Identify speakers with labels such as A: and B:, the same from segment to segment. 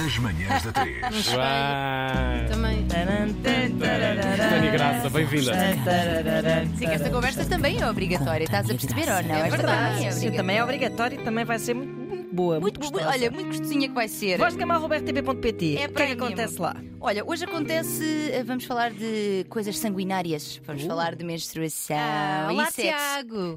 A: As manhãs da 3.
B: Uau.
C: Também.
B: Tânia Graça, bem-vinda.
C: Sim, que esta conversa também é obrigatória, estás a perceber ou não?
D: É
C: Esta
D: verdade.
C: também é
D: Sim,
C: obrigatória.
D: também é obrigatório e também vai ser muito, muito boa.
C: Muito,
D: muito
C: bo- olha, muito gostosinha que vai ser.
D: é Vosgamar.robertb.pt.
C: É
D: o que
C: para
D: é que
C: mim,
D: acontece lá?
C: Olha, hoje acontece, eh, vamos falar de coisas sanguinárias, vamos falar de menstruação é
B: Ah,
C: e
B: olá,
C: sexo. Uh. Tiago!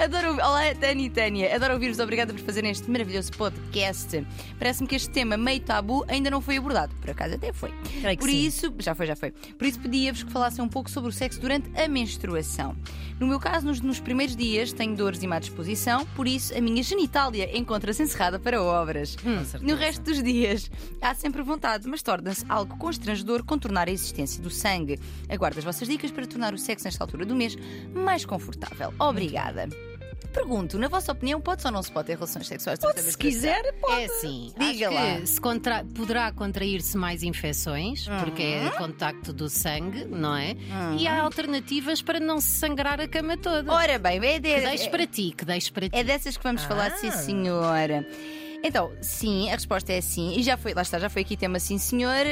C: Adoro, ouvir- olá Tânia e Tânia, adoro ouvir-vos, obrigada por fazerem este maravilhoso podcast. Parece-me que este tema meio tabu ainda não foi abordado, por acaso até foi.
D: Creio que
C: por
D: sim.
C: isso, já foi, já foi. Por isso pedia-vos que falassem um pouco sobre o sexo durante a menstruação. No meu caso, nos, nos primeiros dias tenho dores e má disposição, por isso a minha genitália encontra-se encerrada para obras. No resto dos dias há sempre vontade, mas torna-se algo constrangedor contornar a existência do sangue. Aguardo as vossas dicas para tornar o sexo nesta altura do mês mais confortável. Obrigada. Pergunto, na vossa opinião, pode ou não se pode ter relações sexuais durante a
D: Se
C: menstruação?
D: quiser, pode.
E: É sim,
C: Diga
E: acho
C: lá.
E: que se contra- poderá contrair-se mais infecções, porque
C: Uhum.
E: é contacto do sangue, não é? E há alternativas para não se sangrar a cama toda.
C: Ora bem, é, de-
E: que deixes para Ah. ti, que deixes para ti.
C: É dessas que vamos falar, sim, senhora. Então, sim, a resposta é sim. E já foi, lá está, já foi aqui tema sim, senhor.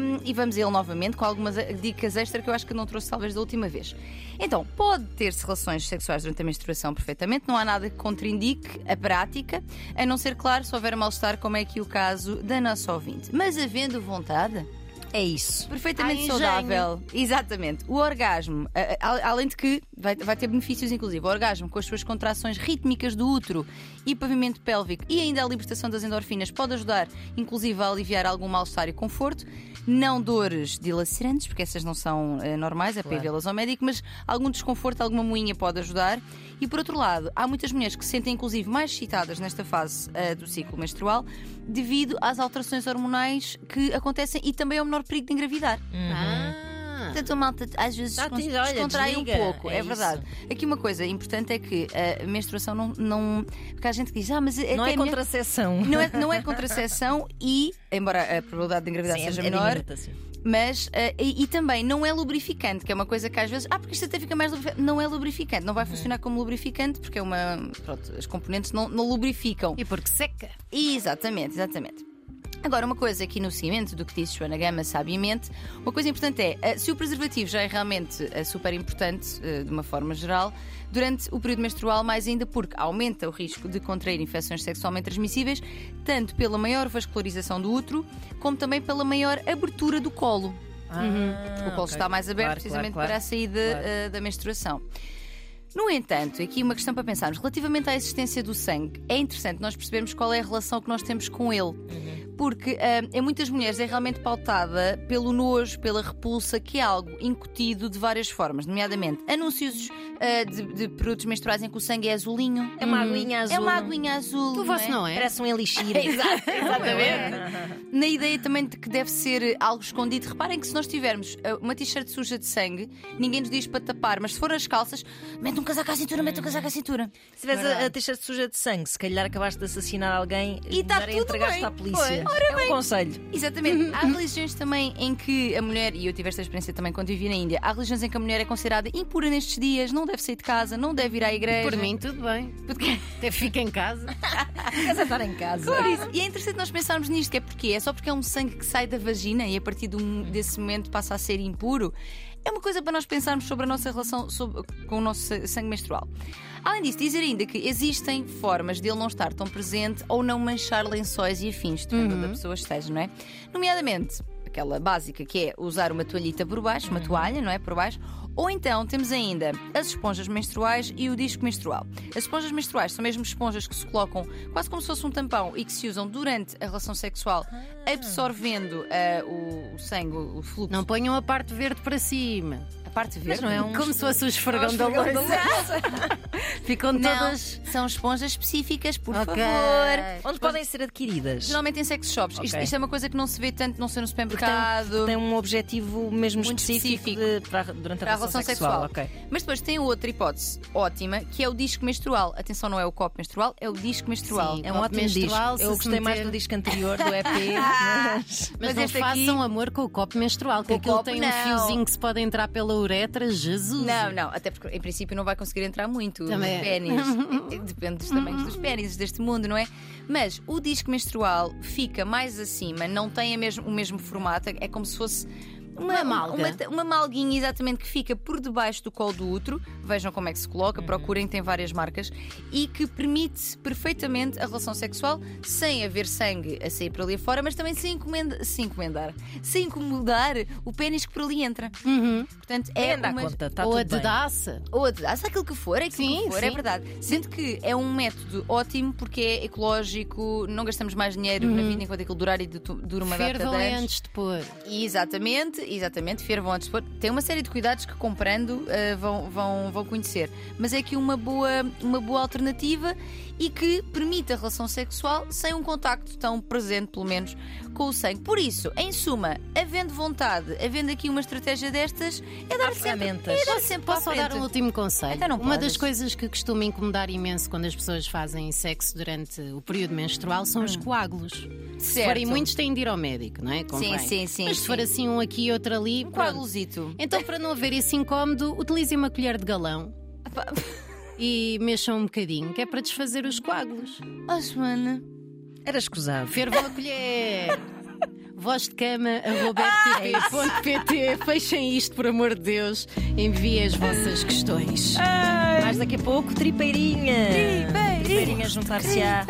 C: Hum, e vamos a ele novamente com algumas eh, dicas extra que eu acho que não trouxe, talvez, da última vez. Então, pode ter-se relações sexuais durante a menstruação perfeitamente, não há nada que contraindique a prática, a não ser, claro, se houver mal-estar, como é aqui o caso da nossa ouvinte. Mas havendo vontade.
D: É isso.
C: Perfeitamente
E: Há engenho.
C: saudável. Exatamente. O orgasmo, a- a- al- além de que vai, vai ter benefícios, inclusive, o orgasmo com as suas contrações rítmicas do útero e pavimento pélvico e ainda a libertação das endorfinas pode ajudar, inclusive, a aliviar algum mal-estar e conforto. Não dores dilacerantes, porque essas não são eh, normais, é para
D: Claro.
C: levá-las ao médico, mas algum desconforto, alguma moinha pode ajudar. E por outro lado, há muitas mulheres que se sentem inclusive mais excitadas nesta fase ah, do ciclo menstrual devido às alterações hormonais que acontecem e também ao menor perigo de engravidar.
E: Ah,
C: Portanto, a malta às vezes
D: Já
C: descon-
D: te- olha,
C: descontrai um
D: desliga,
C: pouco, é,
D: é isso.
C: verdade. Aqui uma coisa importante é que a menstruação não. não porque há gente que diz, ah, mas
D: Não
C: até
D: é
C: mesmo-
D: contracepção.
C: Não é, não é contracepção e, embora a probabilidade de engravidar
D: Sim,
C: seja
D: é- é
C: menor,
D: diminuta, sim.
C: mas eh, e, e também não é lubrificante, que é uma coisa que às vezes, ah, porque isto até fica mais lubrificante. Não é lubrificante, não vai
D: Uhum.
C: funcionar como lubrificante, porque é uma. Pronto, as componentes não, não lubrificam.
E: e porque seca.
C: Exatamente, exatamente. Agora, uma coisa aqui no seguimento do que disse Joana Gama sabiamente, uma coisa importante é, eh, se o preservativo já é realmente eh, super importante, eh, de uma forma geral, durante o período menstrual, mais ainda porque aumenta o risco de contrair infecções sexualmente transmissíveis, tanto pela maior vascularização do útero, como também pela maior abertura do colo.
D: Ah,
C: O colo
D: ok.
C: está mais aberto
D: Claro,
C: precisamente
D: claro,
C: para a
D: claro.
C: saída eh, da menstruação. No entanto, aqui uma questão para pensarmos. Relativamente à existência do sangue, é interessante nós percebermos qual é a relação que nós temos com ele.
D: Uhum.
C: Porque eh, em muitas mulheres é realmente pautada pelo nojo, pela repulsa, que é algo incutido de várias formas, nomeadamente anúncios eh, de, de produtos menstruais em que o sangue é azulinho.
D: É uma aguinha azul.
C: É uma aguinha azul.
E: O vosso não é?
D: Parece um elixir. é?
C: Exato, exatamente. Na ideia também de que deve ser algo escondido. Reparem que se nós tivermos uh, uma t-shirt suja de sangue, ninguém nos diz para tapar, mas se for as calças, mete um casaco à cintura, mete um casaco à cintura.
D: Se tivesse a, a t-shirt suja de sangue, se calhar acabaste de assassinar alguém
C: E tá
D: melhor é
C: tudo
D: entregaste
C: bem.
D: à polícia.
C: Pois.
D: é um conselho.
C: Exatamente. Há religiões também em que a mulher, e eu tive esta experiência também quando vivi na Índia, há religiões em que a mulher é considerada impura nestes dias, não deve sair de casa, não deve ir à igreja.
E: Por mim, tudo bem.
C: Porque-
E: Até fica em casa.
D: Queres estar em casa?
C: Por isso. E é interessante nós pensarmos nisto, que é porque é só porque é um sangue que sai da vagina e a partir de um- desse momento passa a ser impuro. É uma coisa para nós pensarmos sobre a nossa relação sobre- com o nosso sa- sangue menstrual. Além disso, dizer ainda que existem formas de ele não estar tão presente ou não manchar lençóis e afins, dependendo da pessoa esteja, não é? Nomeadamente, aquela básica que é usar uma toalhita por baixo, uma toalha, não é? Por baixo. Ou então temos ainda as esponjas menstruais e o disco menstrual. As esponjas menstruais são mesmo esponjas que se colocam quase como se fosse um tampão e que se usam durante a relação sexual, absorvendo ah, o- o sangue, o fluxo.
E: Não ponham a parte verde para cima.
C: a parte verde, não é um
E: Como se fosse o esfregão da louça. Ficam
C: Não,
E: todas.
C: são esponjas específicas, por
E: Ok.
C: favor.
D: Onde podem ser adquiridas?
C: Geralmente em sex shops. Isto,
D: Ok.
C: isto é uma coisa que não se vê tanto, não sei no supermercado.
D: Tem um objetivo mesmo
C: Muito
D: específico,
C: específico.
D: de- para a- durante
C: Para
D: a relação sexual. ok.
C: Mas depois tem outra hipótese ótima, que é o disco menstrual. Atenção, não é o copo menstrual, é o disco menstrual.
E: Sim,
D: É um
E: Copo
D: ótimo disco.
E: menstrual, se
D: Eu
E: se
D: gostei mais
E: meter-
D: do disco anterior, do EP. mas-
E: Mas,
C: Mas
E: não
C: este aqui-
E: façam amor com o copo menstrual, que
C: Com o
E: aquilo
C: copo,
E: tem um
C: não.
E: fiozinho que se pode entrar pela uretra. Jesus!
C: Não, não, até porque em princípio não vai conseguir entrar muito.
E: Também é.
C: pênis. Depende dos tamanhos dos pênis deste mundo, não é? Mas o disco menstrual fica mais acima, não tem a mesmo- o mesmo formato, é como se fosse.
E: Uma malga.
C: Uma, uma malguinha, exatamente, que fica por debaixo do colo do útero. Vejam como é que se
E: Uhum.
C: coloca, procurem, tem várias marcas. E que permite perfeitamente a relação sexual sem haver sangue a sair para ali fora, mas também sem, encomenda, sem encomendar, sem incomodar o pênis que por ali entra.
E: Uhum.
C: Portanto, é
D: É, dá
C: uma-
D: conta, está
E: Ou a
D: tudo bem.
E: dedaça.
C: ou a dedaça, aquilo que for, é aquilo
E: Sim,
C: que for, é
E: sim.
C: verdade. Sendo que é um método ótimo porque é ecológico, não gastamos mais dinheiro na vida enquanto aquilo durar e du- dura uma
E: Uhum. Fervam
C: data de
E: é
C: anos.
E: antes de pôr.
C: E Exatamente, exatamente, fervam antes de pôr. Tem uma série de cuidados que comprando ah, vão, vão, vão conhecer. Mas é aqui uma boa, uma boa alternativa e que permite a relação sexual sem um contacto tão presente, pelo menos, com o sangue. Por isso, em suma, havendo vontade, havendo aqui uma estratégia destas, é dar
E: Ah,
D: Há
C: sempre.
D: ferramentas.
C: É dar sempre
E: Posso só
C: para a
E: dar
C: frente.
E: um último conselho?
C: Então não
E: Uma
C: podes.
E: das coisas que costuma incomodar imenso quando as pessoas fazem sexo durante o período menstrual são os coágulos. ah, Se
C: Hum. Certo.
E: forem muitos, têm de ir ao médico, não é? Convém.
C: sim, sim,
E: Mas se
C: sim.
E: for assim um aqui e outro ali.
C: Um
E: pronto.
C: coagulosito.
E: Então, para não haver esse incómodo, utilizem uma colher de galão e mexam um bocadinho, que é para desfazer os coágulos.
C: Osmana.
D: Era escusado.
E: Fervam a colher! Voz de cama, robertv.pt. Fechem isto, por amor de Deus. Enviem as vossas questões.
D: Mais daqui a pouco, tripeirinha.
C: Tripeirinha.
D: Tripeirinha juntar-se à,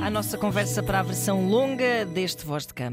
D: à nossa conversa para a versão longa deste Voz de Cama.